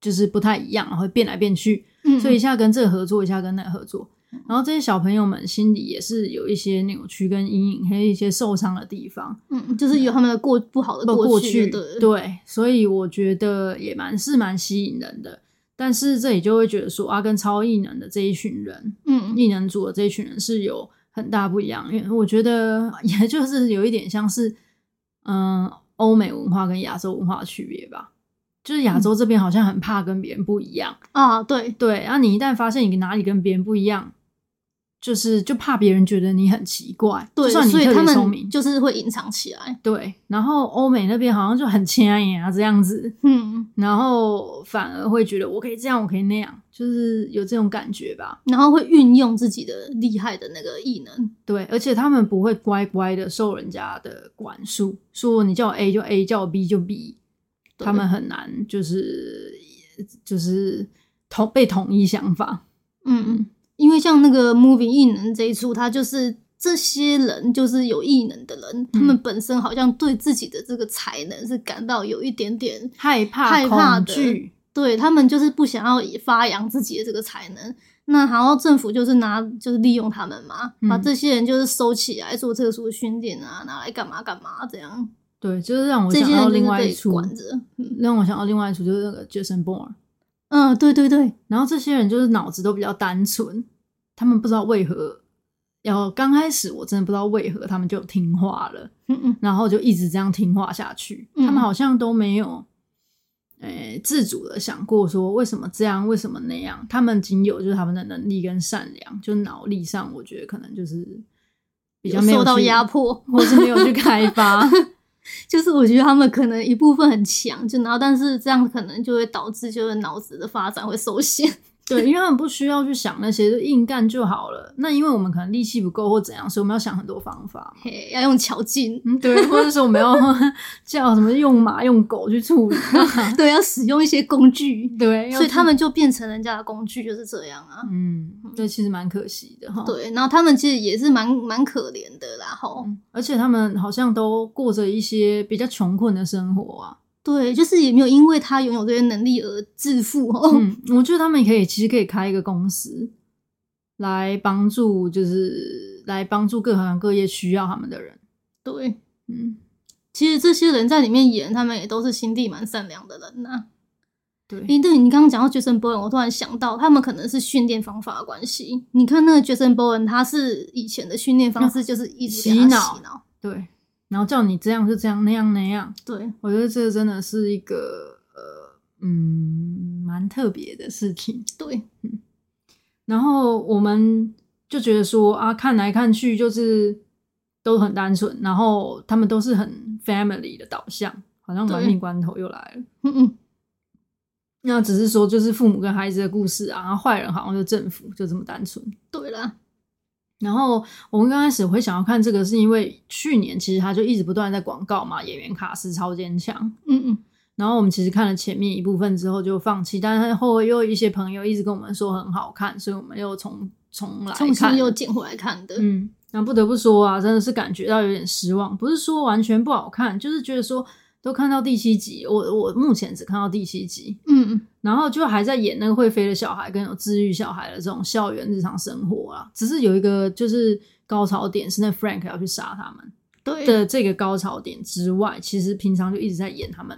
[SPEAKER 1] 就是不太一样，会变来变去。
[SPEAKER 2] 嗯，
[SPEAKER 1] 所以一下跟这个合作，一下跟那个合作。然后这些小朋友们心里也是有一些扭曲跟阴影，还有一些受伤的地方。
[SPEAKER 2] 嗯，就是有他们的过不好的
[SPEAKER 1] 不
[SPEAKER 2] 去，
[SPEAKER 1] 去
[SPEAKER 2] 对，
[SPEAKER 1] 对，所以我觉得也蛮是蛮吸引人的。但是这里就会觉得说，啊，跟超异能的这一群人，
[SPEAKER 2] 嗯
[SPEAKER 1] 异能组的这一群人是有很大不一样，因为我觉得也就是 有一点像是，嗯，欧美文化跟亚洲文化的区别吧。就是
[SPEAKER 2] 嗯
[SPEAKER 1] 亚洲这边好像很怕跟别人不一样，
[SPEAKER 2] 啊，对，
[SPEAKER 1] 对，然、后你一旦发现你哪里跟别人不一样，就是就怕别人觉得你很奇怪，就
[SPEAKER 2] 对，
[SPEAKER 1] 算你
[SPEAKER 2] 所以
[SPEAKER 1] 特
[SPEAKER 2] 他
[SPEAKER 1] 别聪明
[SPEAKER 2] 们，就是会隐藏起来，
[SPEAKER 1] 对。然后欧美那边好像就很牵眼啊这样子，
[SPEAKER 2] 嗯，
[SPEAKER 1] 然后反而会觉得我可以这样，我可以那样，就是有这种感觉吧。
[SPEAKER 2] 然后会运用自己的厉害的那个异能，
[SPEAKER 1] 对，而且他们不会乖乖的受人家的管束，说你叫我 A 就 A，叫我 B 就 B，
[SPEAKER 2] 对
[SPEAKER 1] 他们很难就是就是同被统一想法。
[SPEAKER 2] 嗯嗯，因为像那个《Moving 异能》这一出，它就是。这些人就是有异能的人，他
[SPEAKER 1] 嗯
[SPEAKER 2] 们本身好像对自己的这个才能是感到有一点点
[SPEAKER 1] 害怕、
[SPEAKER 2] 害怕
[SPEAKER 1] 恐
[SPEAKER 2] 的
[SPEAKER 1] 惧，
[SPEAKER 2] 对他们就是不想要发扬自己的这个才能，那然后政府就是拿就是利用他们嘛，
[SPEAKER 1] 嗯
[SPEAKER 2] 把这些人就是收起来做特殊训练啊，拿来干嘛干嘛这样，
[SPEAKER 1] 对，就是让我
[SPEAKER 2] 这
[SPEAKER 1] 想
[SPEAKER 2] 些
[SPEAKER 1] 到
[SPEAKER 2] 人
[SPEAKER 1] 另
[SPEAKER 2] 就是
[SPEAKER 1] 外一
[SPEAKER 2] 被
[SPEAKER 1] 出，
[SPEAKER 2] 管着。嗯
[SPEAKER 1] 让我想到另外一出就是那个 Jason Bourne，
[SPEAKER 2] 嗯，对对对，
[SPEAKER 1] 然后这些人就是脑子都比较单纯，他们不知道为何要刚开始我真的不知道为何他们就听话了，
[SPEAKER 2] 嗯嗯
[SPEAKER 1] 然后就一直这样听话下去，
[SPEAKER 2] 嗯
[SPEAKER 1] 他们好像都没有。诶、自主的想过说为什么这样，为什么那样？他们仅有就是他们的能力跟善良，就脑力上，我觉得可能就是比较没有
[SPEAKER 2] 受到
[SPEAKER 1] 去
[SPEAKER 2] 压，迫，
[SPEAKER 1] 或是没有去开发。
[SPEAKER 2] 就是我觉得他们可能一部分很强，就然后但是这样可能就会导致就是脑子的发展会受限。
[SPEAKER 1] 对，因为他们不需要去想那些，就硬干就好了。那因为我们可能力气不够或怎样，所以我们要想很多方法。
[SPEAKER 2] 嘿，要用巧劲，
[SPEAKER 1] 嗯，对，或者说我们要 叫什么用马用狗去处理。 嗯
[SPEAKER 2] 对，要使用一些工具，
[SPEAKER 1] 对，
[SPEAKER 2] 所以他
[SPEAKER 1] 们
[SPEAKER 2] 们就变成人家的工具，就是这样啊。
[SPEAKER 1] 嗯，这其实蛮可惜的哈。
[SPEAKER 2] 对，然后他们其实也是蛮蛮可怜的啦，吼。
[SPEAKER 1] 嗯，而且他们好像都过着一些比较穷困的生活啊。
[SPEAKER 2] 对，就是也没有因为他拥有这些能力而致富哦。
[SPEAKER 1] 嗯，我觉得他们可以其实可以开一个公司，来帮助就是来帮助各行各业需要他们的人。
[SPEAKER 2] 对，
[SPEAKER 1] 嗯，
[SPEAKER 2] 其实这些人在里面演，他们也都是心地蛮善良的人呐、
[SPEAKER 1] 对。
[SPEAKER 2] 诶，对你刚刚讲到 Jason Bourne，我突然想到，他们可能是训练方法的关系。你看那个 Jason Bourne，他是以前的训练方式就是一直给他
[SPEAKER 1] 嗯洗脑
[SPEAKER 2] 洗脑。
[SPEAKER 1] 对，然后叫你这样就这样，那样那样，
[SPEAKER 2] 对，
[SPEAKER 1] 我觉得这真的是一个呃嗯蛮特别的事情。
[SPEAKER 2] 对，
[SPEAKER 1] 然后我们就觉得说啊，看来看去就是都很单纯，然后他们都是很 family 的导向，好像玩
[SPEAKER 2] 对
[SPEAKER 1] 命关头又来了。
[SPEAKER 2] 嗯嗯，
[SPEAKER 1] 那只是说，就是父母跟孩子的故事啊，然后坏人好像就政府，就这么单纯。
[SPEAKER 2] 对啦，
[SPEAKER 1] 然后我们刚开始会想要看这个，是因为去年其实他就一直不断地在广告嘛，演员卡斯超坚强，
[SPEAKER 2] 嗯嗯，
[SPEAKER 1] 然后我们其实看了前面一部分之后就放弃，但是后又有一些朋友一直跟我们说很好看，所以我们又重重来
[SPEAKER 2] 重新
[SPEAKER 1] 看。
[SPEAKER 2] 又捡回来看的。
[SPEAKER 1] 嗯，那不得不说啊，真的是感觉到有点失望，不是说完全不好看，就是觉得说都看到第七集，我我目前只看到第七集，
[SPEAKER 2] 嗯嗯，
[SPEAKER 1] 然后就还在演那个会飞的小孩跟有治愈小孩的这种校园日常生活啊，只是有一个就是高潮点是那 Frank 要去杀他们
[SPEAKER 2] 对，
[SPEAKER 1] 的这个高潮点之外，其实平常就一直在演他们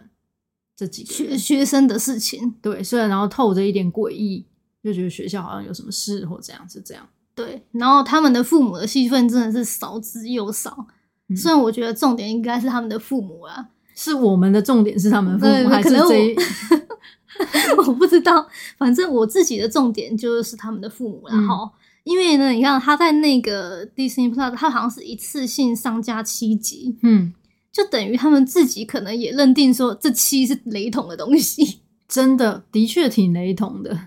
[SPEAKER 1] 这几个人
[SPEAKER 2] 学学生的事情。
[SPEAKER 1] 对，虽然然后透着一点诡异，就觉得学校好像有什么事或怎样是这样。
[SPEAKER 2] 对，然后他们的父母的戏份真的是少之又少。
[SPEAKER 1] 嗯
[SPEAKER 2] 虽然我觉得重点应该是他们的父母啊啦，
[SPEAKER 1] 是我们的重点是他们的父
[SPEAKER 2] 对
[SPEAKER 1] 母，还
[SPEAKER 2] 可
[SPEAKER 1] 是
[SPEAKER 2] 能
[SPEAKER 1] 这一
[SPEAKER 2] 我我不知道，反正我自己的重点就是他们的父母啦齁，然
[SPEAKER 1] 嗯
[SPEAKER 2] 后、因为呢，你看他在那个 Disney Plus，他好像是一次性上架七集，
[SPEAKER 1] 嗯，
[SPEAKER 2] 就等于他们自己可能也认定说这七是雷同的东西。
[SPEAKER 1] 真的的确挺雷同的。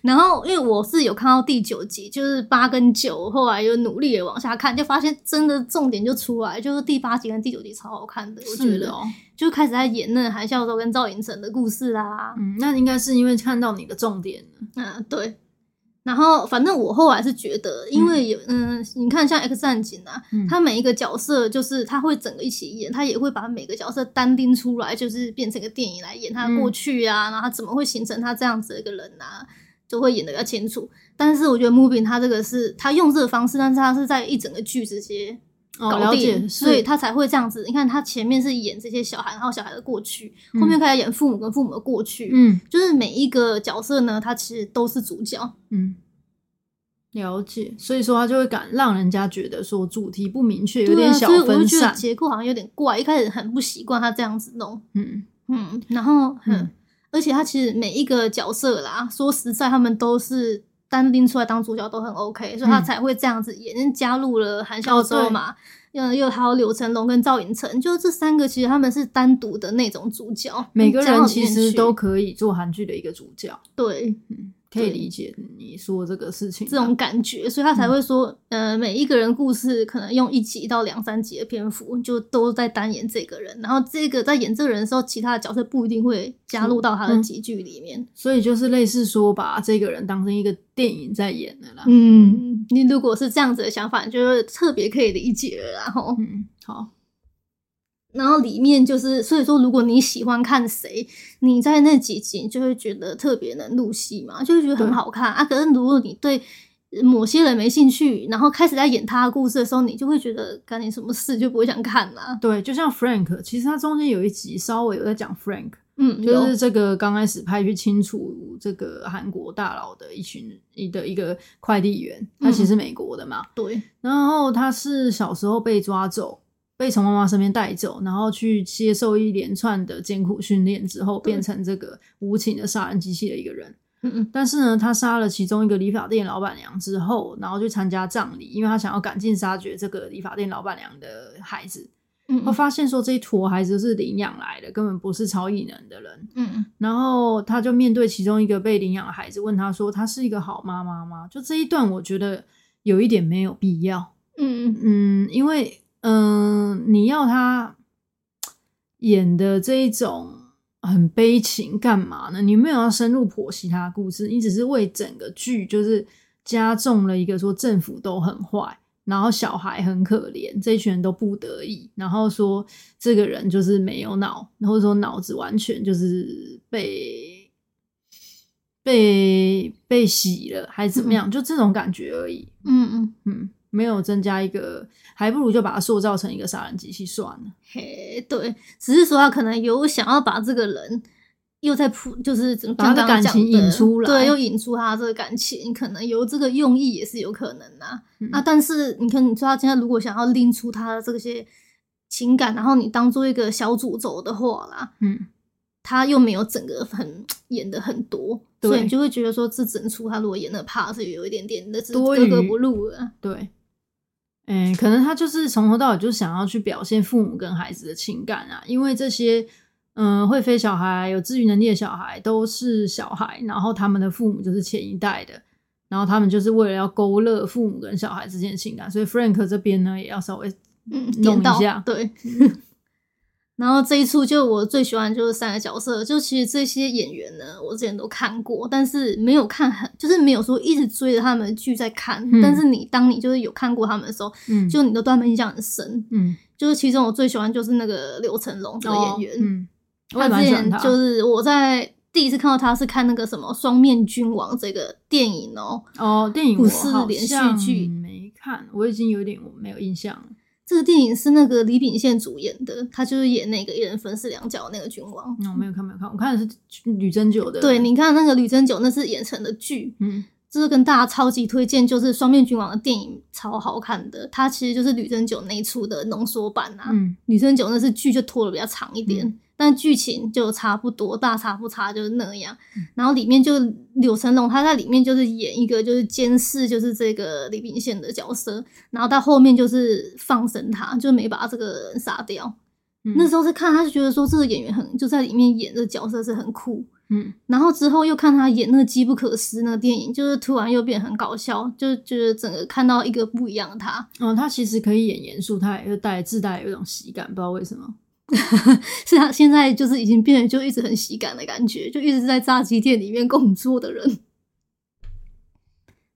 [SPEAKER 2] 然后因为我是有看到第九集，就是八跟九，后来又努力的往下看，就发现真的重点就出来，就是第八集跟第九集超好看的，我觉
[SPEAKER 1] 是
[SPEAKER 2] 得、
[SPEAKER 1] 哦，
[SPEAKER 2] 就开始在演那个韩孝周跟赵寅成的故事啦。
[SPEAKER 1] 嗯，那应该是因为看到你的重点了。
[SPEAKER 2] 嗯，对。然后，反正我后来是觉得，因为有嗯你看像《X 战警》啊，
[SPEAKER 1] 嗯
[SPEAKER 2] 他每一个角色就是他会整个一起演，他也会把每个角色单拎出来，就是变成一个电影来演他
[SPEAKER 1] 嗯
[SPEAKER 2] 过去啊，然后他怎么会形成他这样子的一个人啊，就会演的比较清楚。但是我觉得 Moving 他这个是他用这个方式，但是他是在一整个剧直接
[SPEAKER 1] 哦，
[SPEAKER 2] 搞
[SPEAKER 1] 了
[SPEAKER 2] 定，
[SPEAKER 1] 解，
[SPEAKER 2] 所以
[SPEAKER 1] 是
[SPEAKER 2] 他才会这样子。你看他前面是演这些小孩，然后小孩的过去，后面开始演父母跟父母的过去，
[SPEAKER 1] 嗯
[SPEAKER 2] 就是每一个角色呢，他其实都是主角。
[SPEAKER 1] 嗯，了解。所以说他就会敢让人家觉得说主题不明确，有
[SPEAKER 2] 对
[SPEAKER 1] 点
[SPEAKER 2] 啊，
[SPEAKER 1] 小
[SPEAKER 2] 所以我就
[SPEAKER 1] 分
[SPEAKER 2] 觉得
[SPEAKER 1] 散。
[SPEAKER 2] 结构好像有点怪，一开始很不习惯他这样子弄。
[SPEAKER 1] 嗯
[SPEAKER 2] 嗯，然后嗯，
[SPEAKER 1] 嗯
[SPEAKER 2] 而且他其实每一个角色啦，说实在，他们都是单拎出来当主角都很 OK，所以他
[SPEAKER 1] 嗯哦
[SPEAKER 2] 才会这样子演，因为加入了韩孝周
[SPEAKER 1] 对
[SPEAKER 2] 嘛。又又还有柳成龙跟赵寅成，就这三个，其实他们是单独的那种主角，嗯
[SPEAKER 1] 每个
[SPEAKER 2] 加到
[SPEAKER 1] 人
[SPEAKER 2] 里
[SPEAKER 1] 其
[SPEAKER 2] 面
[SPEAKER 1] 实
[SPEAKER 2] 去
[SPEAKER 1] 都可以做韩剧的一个主角，
[SPEAKER 2] 对，
[SPEAKER 1] 嗯，可以
[SPEAKER 2] 对
[SPEAKER 1] 理解你说这个事情啊。
[SPEAKER 2] 这种感觉，所以他才会说，呃，每一个人故事可能用一集到两三集的篇幅，就都在单演这个人，然后这个在演这个人的时候，其他的角色不一定会加入到他的
[SPEAKER 1] 嗯
[SPEAKER 2] 集剧里面。
[SPEAKER 1] 所以就是类似说把这个人当成一个电影在演的啦。
[SPEAKER 2] 嗯，你如果是这样子的想法，你就特别可以理解了啦。然后，
[SPEAKER 1] 嗯，好，
[SPEAKER 2] 然后里面就是，所以说，如果你喜欢看谁，你在那几集就会觉得特别能入戏嘛，就会觉得很
[SPEAKER 1] 对
[SPEAKER 2] 好看啊。可是如果你对某些人没兴趣，然后开始在演他的故事的时候，你就会觉得干你什么事，就不会想看啦。
[SPEAKER 1] 对，就像 Frank，其实他中间有一集稍微有在讲 Frank，
[SPEAKER 2] 嗯，
[SPEAKER 1] 就
[SPEAKER 2] 有
[SPEAKER 1] 是这个刚开始派去清除这个韩国大佬的一群一的一个快递员，他
[SPEAKER 2] 嗯
[SPEAKER 1] 其实美国的嘛，
[SPEAKER 2] 对，
[SPEAKER 1] 然后他是小时候被抓走，被从妈妈身边带走，然后去接受一连串的艰苦训练之后，
[SPEAKER 2] 对
[SPEAKER 1] 变成这个无情的杀人机器的一个人。
[SPEAKER 2] 嗯嗯
[SPEAKER 1] 但是呢，他杀了其中一个理发店老板娘之后，然后去参加葬礼，因为他想要赶尽杀绝这个理发店老板娘的孩子。
[SPEAKER 2] 嗯
[SPEAKER 1] 他
[SPEAKER 2] 嗯
[SPEAKER 1] 发现说这一坨孩子是领养来的，根本不是超异能的人。
[SPEAKER 2] 嗯
[SPEAKER 1] 然后他就面对其中一个被领养的孩子，问他说：“她是一个好妈妈吗？”就这一段，我觉得有一点没有必要。
[SPEAKER 2] 嗯
[SPEAKER 1] 嗯，因为嗯、你要他演的这一种很悲情，干嘛呢？你没有要深入剖析他的故事，你只是为整个剧就是加重了一个说政府都很坏，然后小孩很可怜，这一群人都不得已，然后说这个人就是没有脑，或者说脑子完全就是被被被洗了，还是怎么样？就这种感觉而已。
[SPEAKER 2] 嗯嗯，
[SPEAKER 1] 嗯，没有增加一个，还不如就把它塑造成一个杀人机器算了。
[SPEAKER 2] 嘿，对，只是说他可能有想要把这个人又在铺，就是怎么
[SPEAKER 1] 把他的
[SPEAKER 2] 像刚
[SPEAKER 1] 感
[SPEAKER 2] 刚讲
[SPEAKER 1] 情
[SPEAKER 2] 的
[SPEAKER 1] 引出来
[SPEAKER 2] 对，又引出他这个感情，可能有这个用意也是有可能啊。
[SPEAKER 1] 嗯
[SPEAKER 2] 啊，但是你看，你说他现在如果想要拎出他的这些情感，然后你当做一个小诅咒的话啦，
[SPEAKER 1] 嗯，
[SPEAKER 2] 他又没有整个很演的很多，所以
[SPEAKER 1] 对
[SPEAKER 2] 你就会觉得说这整出他如果演的怕是有一点点的是
[SPEAKER 1] 多
[SPEAKER 2] 格格
[SPEAKER 1] 余
[SPEAKER 2] 不入了。
[SPEAKER 1] 对，嗯，可能他就是从头到尾就想要去表现父母跟孩子的情感啊，因为这些嗯会飞小孩、有自愈能力的小孩都是小孩，然后他们的父母就是前一代的。然后他们就是为了要勾勒父母跟小孩之间的情感，所以 Frank 这边呢也要稍微
[SPEAKER 2] 嗯，
[SPEAKER 1] 弄
[SPEAKER 2] 点
[SPEAKER 1] 一
[SPEAKER 2] 到
[SPEAKER 1] 下
[SPEAKER 2] 对。 然后这一出就我最喜欢的就是三个角色，就其实这些演员呢，我之前都看过，但是没有看很，就是没有说一直追着他们的剧在看。
[SPEAKER 1] 嗯
[SPEAKER 2] 但是你当你就是有看过他们的时候，
[SPEAKER 1] 嗯
[SPEAKER 2] 就你都对他们印象很深。
[SPEAKER 1] 嗯
[SPEAKER 2] 就是其中我最喜欢就是那个刘成龙这个演员，
[SPEAKER 1] 哦嗯，我也蛮
[SPEAKER 2] 之
[SPEAKER 1] 喜欢
[SPEAKER 2] 前
[SPEAKER 1] 他，
[SPEAKER 2] 就是我在第一次看到他是看那个什么《双面君王》这个电影哦，
[SPEAKER 1] 哦，电影
[SPEAKER 2] 不
[SPEAKER 1] 我
[SPEAKER 2] 是
[SPEAKER 1] 好
[SPEAKER 2] 连续
[SPEAKER 1] 像
[SPEAKER 2] 剧
[SPEAKER 1] 没看，我已经有点我没有印象了。
[SPEAKER 2] 这个电影是那个李秉宪主演的，他就是演那个一人分饰两角的那个君王。
[SPEAKER 1] 那我没有看，没有看，我看的是吕珍九的。
[SPEAKER 2] 对，，你看那个吕珍九，那是演成的剧，
[SPEAKER 1] 嗯，
[SPEAKER 2] 就是跟大家超级推荐，就是《双面君王》的电影超好看的，它其实就是吕珍九那一出的浓缩版啊。
[SPEAKER 1] 嗯，
[SPEAKER 2] 吕珍九那是剧就拖的比较长一点，但剧情就差不多，大差不差就是那样。
[SPEAKER 1] 嗯
[SPEAKER 2] 然后里面就柳成龙他在里面就是演一个就是监视就是这个李秉宪的角色，然后到后面就是放生他，就没把这个人杀掉。
[SPEAKER 1] 嗯
[SPEAKER 2] 那时候是看他就觉得说这个演员很就在里面演这个角色是很酷，
[SPEAKER 1] 嗯，
[SPEAKER 2] 然后之后又看他演那个《机不可失》那个电影，就是突然又变得很搞笑，就觉得整个看到一个不一样的他，
[SPEAKER 1] 哦，他其实可以演严肃，他也就带自带有一种喜感，不知道为什么。
[SPEAKER 2] 是他现在就是已经变得就一直很喜感的感觉，就一直在炸鸡店里面工作的人。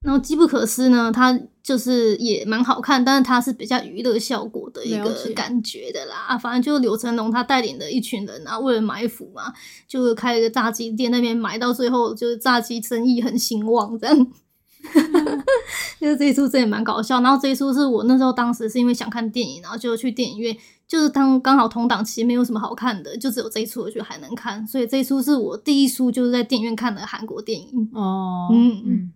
[SPEAKER 2] 然后《机不可失》呢，它就是也蛮好看，但是它是比较娱乐效果的一
[SPEAKER 1] 了
[SPEAKER 2] 个
[SPEAKER 1] 解
[SPEAKER 2] 感觉的啦。啊反正就柳成龙他带领的一群人啊，为了埋伏嘛，就开了一个炸鸡店，那边埋到最后就是炸鸡生意很兴旺这样。 就是这一出真的蛮搞笑，然后这一出是我那时候当时是因为想看电影，然后就去电影院，就是当刚好同档期没有什么好看的，就只有这一出我觉得还能看，所以这一出是我第一出就是在电影院看的韩国电影。
[SPEAKER 1] 哦，
[SPEAKER 2] 嗯
[SPEAKER 1] 嗯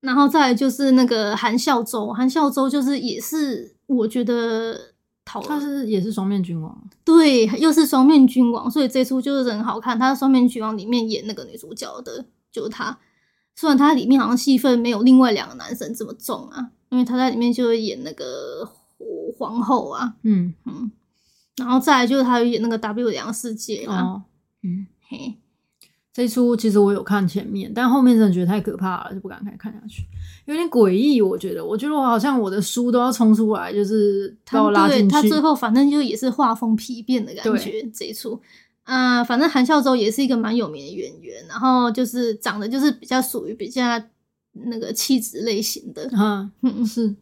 [SPEAKER 2] 然后再来就是那个韩孝周，韩孝周就是也是我觉得讨
[SPEAKER 1] 他是也是双面君王，
[SPEAKER 2] 对，又是双面君王，所以这出就是很好看。他在《双面君王》里面演那个女主角的，就是她。虽然她里面好像戏份没有另外两个男生这么重啊，因为她在里面就会演那个皇后啊，
[SPEAKER 1] 嗯，
[SPEAKER 2] 嗯，然后再来就是她有演那个 W 两世界啊，
[SPEAKER 1] 哦，嗯，
[SPEAKER 2] 嘿，
[SPEAKER 1] 这一出其实我有看前面，但后面真的觉得太可怕了，就不敢看看下去，有点诡异。我觉得，我觉得我好像我的书都要冲出来，就是把我
[SPEAKER 2] 他
[SPEAKER 1] 拉
[SPEAKER 2] 对
[SPEAKER 1] 进去。
[SPEAKER 2] 他最后反正就也是画风丕变的感觉。这一出，啊、反正韩孝周也是一个蛮有名的演员，然后就是长得就是比较属于比较那个气质类型的，
[SPEAKER 1] 嗯，
[SPEAKER 2] 嗯，
[SPEAKER 1] 是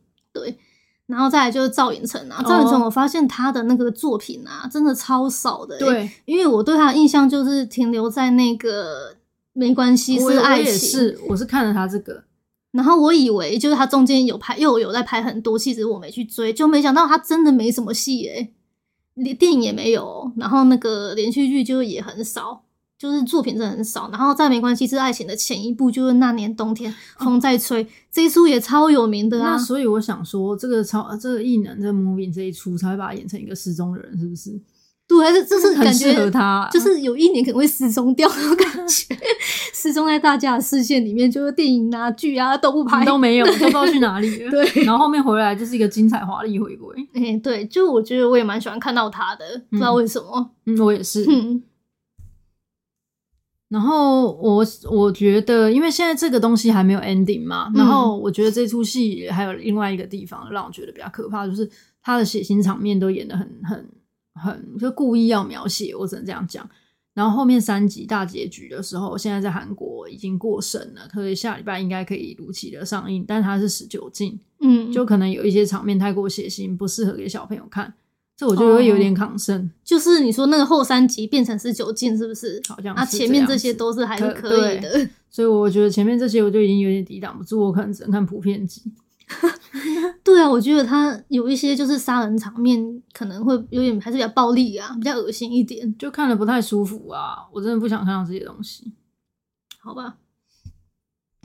[SPEAKER 2] 然后再来就是赵寅成啊，赵寅
[SPEAKER 1] 哦
[SPEAKER 2] 成我发现他的那个作品啊，真的超少的、欸，，
[SPEAKER 1] 对，
[SPEAKER 2] 因为我对他的印象就是停留在那个没关系
[SPEAKER 1] 我
[SPEAKER 2] 是
[SPEAKER 1] 也我
[SPEAKER 2] 爱
[SPEAKER 1] 也
[SPEAKER 2] 情，
[SPEAKER 1] 是，我是看了他这个，
[SPEAKER 2] 然后我以为就是他中间有拍，又有在拍很多戏，只是我没去追，就没想到他真的没什么戏诶、连电影也没有，然后那个连续剧就也很少，就是作品真的很少。然后再没关系是爱情的前一部，就是那年冬天风在吹，这一出也超有名的啊
[SPEAKER 1] 哦那。所以我想说，这个超这个异能这 movie 这一出才会把他演成一个失踪的人，是不是？
[SPEAKER 2] 对，这这是
[SPEAKER 1] 很
[SPEAKER 2] 感
[SPEAKER 1] 适
[SPEAKER 2] 觉
[SPEAKER 1] 合他，啊
[SPEAKER 2] 就是有一年可能会失踪掉的感 觉，失踪在大家的视线里面，就是电影啊、剧啊都不拍，
[SPEAKER 1] 嗯都没有，都不知道去哪里了。
[SPEAKER 2] 对。
[SPEAKER 1] 然后后面回来就是一个精彩华丽回归。
[SPEAKER 2] 哎、对，就我觉得我也蛮喜欢看到他的，不知道为什么。
[SPEAKER 1] 嗯，我也 是。
[SPEAKER 2] 嗯，
[SPEAKER 1] 然后我我觉得，因为现在这个东西还没有 ending 嘛，然后我觉得这出戏还有另外一个地方让我觉得比较可怕，就是他的血腥场面都演的很很很，就故意要描写，我只能这样讲。然后后面三集大结局的时候，现在在韩国已经过审了，所以下礼拜应该可以如期的上映，但它是十九禁，
[SPEAKER 2] 嗯，
[SPEAKER 1] 就
[SPEAKER 2] 就
[SPEAKER 1] 可能有一些场面太过血腥，不适合给小朋友看，这我就会有点抗生，
[SPEAKER 2] 就是你说那个后三集变成十九禁，是不是？
[SPEAKER 1] 好像
[SPEAKER 2] 啊，
[SPEAKER 1] 是
[SPEAKER 2] 前面
[SPEAKER 1] 这
[SPEAKER 2] 这
[SPEAKER 1] 样子
[SPEAKER 2] 些都是还是
[SPEAKER 1] 可
[SPEAKER 2] 可以的。
[SPEAKER 1] 所以我觉得前面这些我就已经有点抵挡不住，我可能只能看普遍级。
[SPEAKER 2] 对啊，我觉得他有一些就是杀人场面可能会有点还是比较暴力啊，比较恶心一点，
[SPEAKER 1] 就看了不太舒服啊，我真的不想看到这些东西。
[SPEAKER 2] 好吧。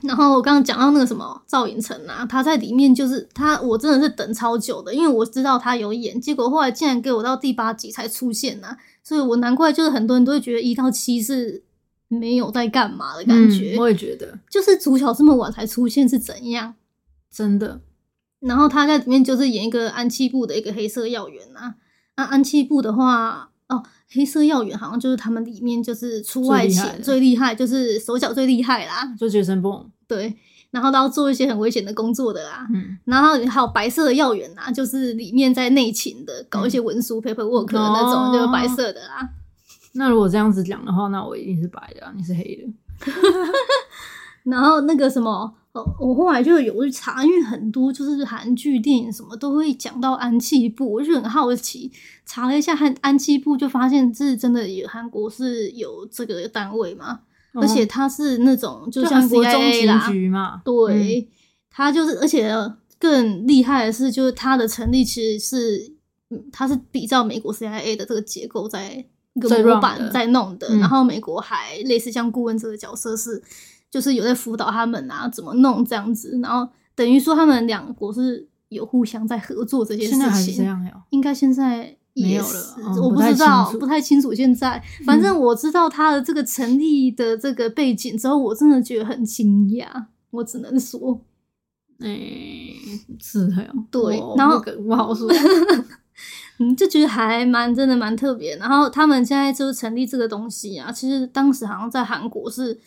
[SPEAKER 2] 然后我刚刚讲到那个什么赵寅成啊，他在里面就是他，我真的是等超久的，因为我知道他有演，结果后来竟然给我到第八集才出现呐、所以我难怪就是很多人都会觉得一到七是没有在干嘛的感觉，
[SPEAKER 1] 嗯我也觉得
[SPEAKER 2] 就是主角这么晚才出现是怎样？
[SPEAKER 1] 真的，
[SPEAKER 2] 然后他在里面就是演一个安七部的一个黑色要员啊。那、安七部的话，哦，黑色要员好像就是他们里面就是出
[SPEAKER 1] 最
[SPEAKER 2] 外
[SPEAKER 1] 厉害的
[SPEAKER 2] 勤最厉害，就是手脚最厉害啦。
[SPEAKER 1] 就杰森蹦，
[SPEAKER 2] 对，然后都要做一些很危险的工作的啦。
[SPEAKER 1] 嗯，
[SPEAKER 2] 然后还有白色的要员啊，就是里面在内勤的，搞一些文书 paperwork 的那种，
[SPEAKER 1] 嗯哦
[SPEAKER 2] 就是白色的啊啦。
[SPEAKER 1] 那如果这样子讲的话，那我一定是白的、啊，你是黑的。
[SPEAKER 2] 然后那个什么，呃我后来就有去查，因为很多就是韩剧、电影什么都会讲到安七部，我就很好奇，查了一下韩安七部，就发现是真的有韩国是有这个单位嘛，而且
[SPEAKER 1] 哦
[SPEAKER 2] 它是那种就
[SPEAKER 1] 就
[SPEAKER 2] 像
[SPEAKER 1] 韩国中
[SPEAKER 2] CIA
[SPEAKER 1] 情
[SPEAKER 2] 啦，
[SPEAKER 1] 局嘛，嗯
[SPEAKER 2] 对，它就是而且。更厉害的是，就是它的成立其实是，嗯，它是比照美国 CIA 的这个结构在一个
[SPEAKER 1] 在
[SPEAKER 2] 模
[SPEAKER 1] run
[SPEAKER 2] 板
[SPEAKER 1] 的
[SPEAKER 2] 在弄的，
[SPEAKER 1] 嗯
[SPEAKER 2] 然后美国还类似像顾问这个角色是，就是有在辅导他们啊怎么弄这样子，然后等于说他们两国是有互相在合作这件事
[SPEAKER 1] 现在还是这
[SPEAKER 2] 情，
[SPEAKER 1] 样哟。
[SPEAKER 2] 应该现在也
[SPEAKER 1] 没有
[SPEAKER 2] 是
[SPEAKER 1] 了嗯
[SPEAKER 2] 我
[SPEAKER 1] 不
[SPEAKER 2] 不
[SPEAKER 1] 太
[SPEAKER 2] 知
[SPEAKER 1] 清
[SPEAKER 2] 道，
[SPEAKER 1] 楚嗯
[SPEAKER 2] 不太清楚现在。反正我知道他的这个成立的这个背景之后，我真的觉得很惊讶，我只能说，
[SPEAKER 1] 哎、是的哟。
[SPEAKER 2] 对
[SPEAKER 1] 我
[SPEAKER 2] 然后
[SPEAKER 1] 我不不 好说。
[SPEAKER 2] 嗯，就觉得还蛮真的蛮特别。然后他们现在就是成立这个东西啊，其实当时好像在韩国是，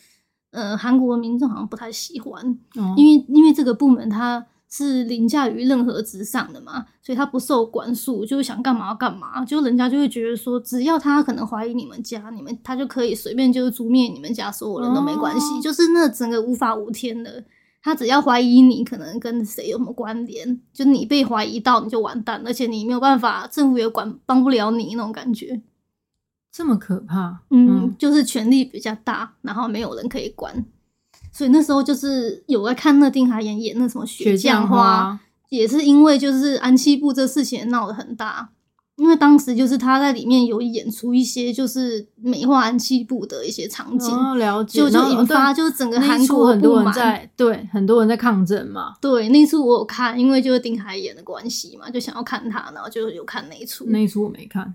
[SPEAKER 2] 呃，韩国民众好像不太喜欢，
[SPEAKER 1] 哦
[SPEAKER 2] 因为因为这个部门它是凌驾于任何之上的嘛，所以它不受管束，就是想干嘛干嘛，就人家就会觉得说，只要他可能怀疑你们家，你们他就可以随便就是诛灭你们家所有人都没关系，
[SPEAKER 1] 哦
[SPEAKER 2] 就是那整个无法无天的。他只要怀疑你可能跟谁有什么关联，就你被怀疑到你就完蛋，而且你没有办法，政府也管帮不了你那种感觉。
[SPEAKER 1] 这么可怕，
[SPEAKER 2] 嗯
[SPEAKER 1] 嗯，
[SPEAKER 2] 就是权力比较大，然后没有人可以管，所以那时候就是有在看那丁海演演那什么
[SPEAKER 1] 雪
[SPEAKER 2] 降
[SPEAKER 1] 降
[SPEAKER 2] 花，
[SPEAKER 1] 花，
[SPEAKER 2] 也是因为就是安七部这事情也闹得很大，因为当时就是他在里面有演出一些就是美化安七部的一些场景，
[SPEAKER 1] 哦，了解，
[SPEAKER 2] 就就
[SPEAKER 1] 然后
[SPEAKER 2] 引发
[SPEAKER 1] 对
[SPEAKER 2] 就是整个
[SPEAKER 1] 那一
[SPEAKER 2] 韩
[SPEAKER 1] 出
[SPEAKER 2] 国
[SPEAKER 1] 很多
[SPEAKER 2] 不
[SPEAKER 1] 人
[SPEAKER 2] 满。
[SPEAKER 1] 在对很多人在抗争嘛，
[SPEAKER 2] 对，那一出我有看，因为就是丁海演的关系嘛，就想要看他，然后就有看那一出。
[SPEAKER 1] 那一出我没看，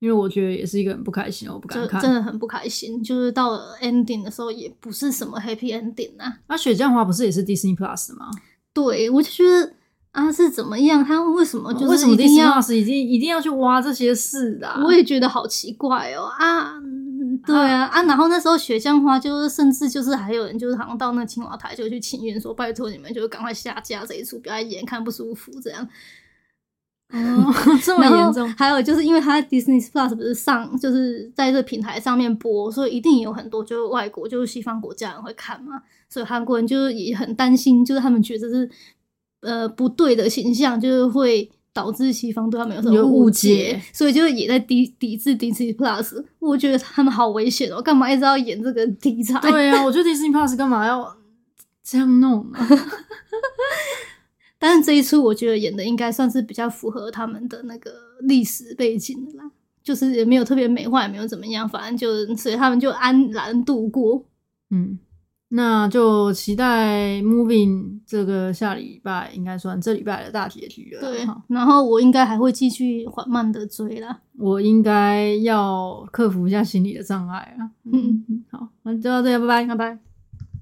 [SPEAKER 1] 因为我觉得也是一个很不开心，我不敢
[SPEAKER 2] 就
[SPEAKER 1] 看。
[SPEAKER 2] 真的很不开心，就是到了 ending 的时候，也不是什么 happy ending 啊。
[SPEAKER 1] 那、雪降花不是也是 Disney Plus 的吗？
[SPEAKER 2] 对，我就觉得啊是怎么样？他为什么哦就
[SPEAKER 1] 哦为
[SPEAKER 2] 是
[SPEAKER 1] 什么
[SPEAKER 2] 一定
[SPEAKER 1] Disney
[SPEAKER 2] 要？
[SPEAKER 1] Plus 一定一定要去挖这些事的、啊？
[SPEAKER 2] 我也觉得好奇怪哦啊！嗯对啊啊！然后那时候雪降花就是，甚至就是还有人就是好像到那青瓦台就去请愿说，拜托你们就赶快下架这一出，不要演，看不舒服 这样。
[SPEAKER 1] 哦 这么
[SPEAKER 2] 然
[SPEAKER 1] 严
[SPEAKER 2] 后
[SPEAKER 1] 重，
[SPEAKER 2] 还有就是因为他 Disney Plus 不是上就是在这平台上面播，所以一定有很多就是外国就是西方国家人会看嘛，所以韩国人就是也很担心，就是他们觉得是呃不对的形象，就是会导致西方对他们有什么
[SPEAKER 1] 有
[SPEAKER 2] 误
[SPEAKER 1] 误
[SPEAKER 2] 解，
[SPEAKER 1] 解
[SPEAKER 2] 所以就也在抵抵制 Disney Plus。我觉得他们好危险哦，干嘛一直要演这个题材？
[SPEAKER 1] 对啊，我觉得 Disney Plus 干嘛要这样弄 啊？
[SPEAKER 2] 但是这一出我觉得演的应该算是比较符合他们的那个历史背景的啦，就是也没有特别美化，也没有怎么样，反正就所以他们就安然度过。
[SPEAKER 1] 嗯，那就期待 Moving 这个下礼拜应该算这礼拜的大结局了。
[SPEAKER 2] 对
[SPEAKER 1] 哈，
[SPEAKER 2] 然后我应该还会继续缓慢的追啦。
[SPEAKER 1] 我应该要克服一下心理的障碍啊。
[SPEAKER 2] 嗯，
[SPEAKER 1] 好，那就到这里，拜拜
[SPEAKER 2] 拜。拜。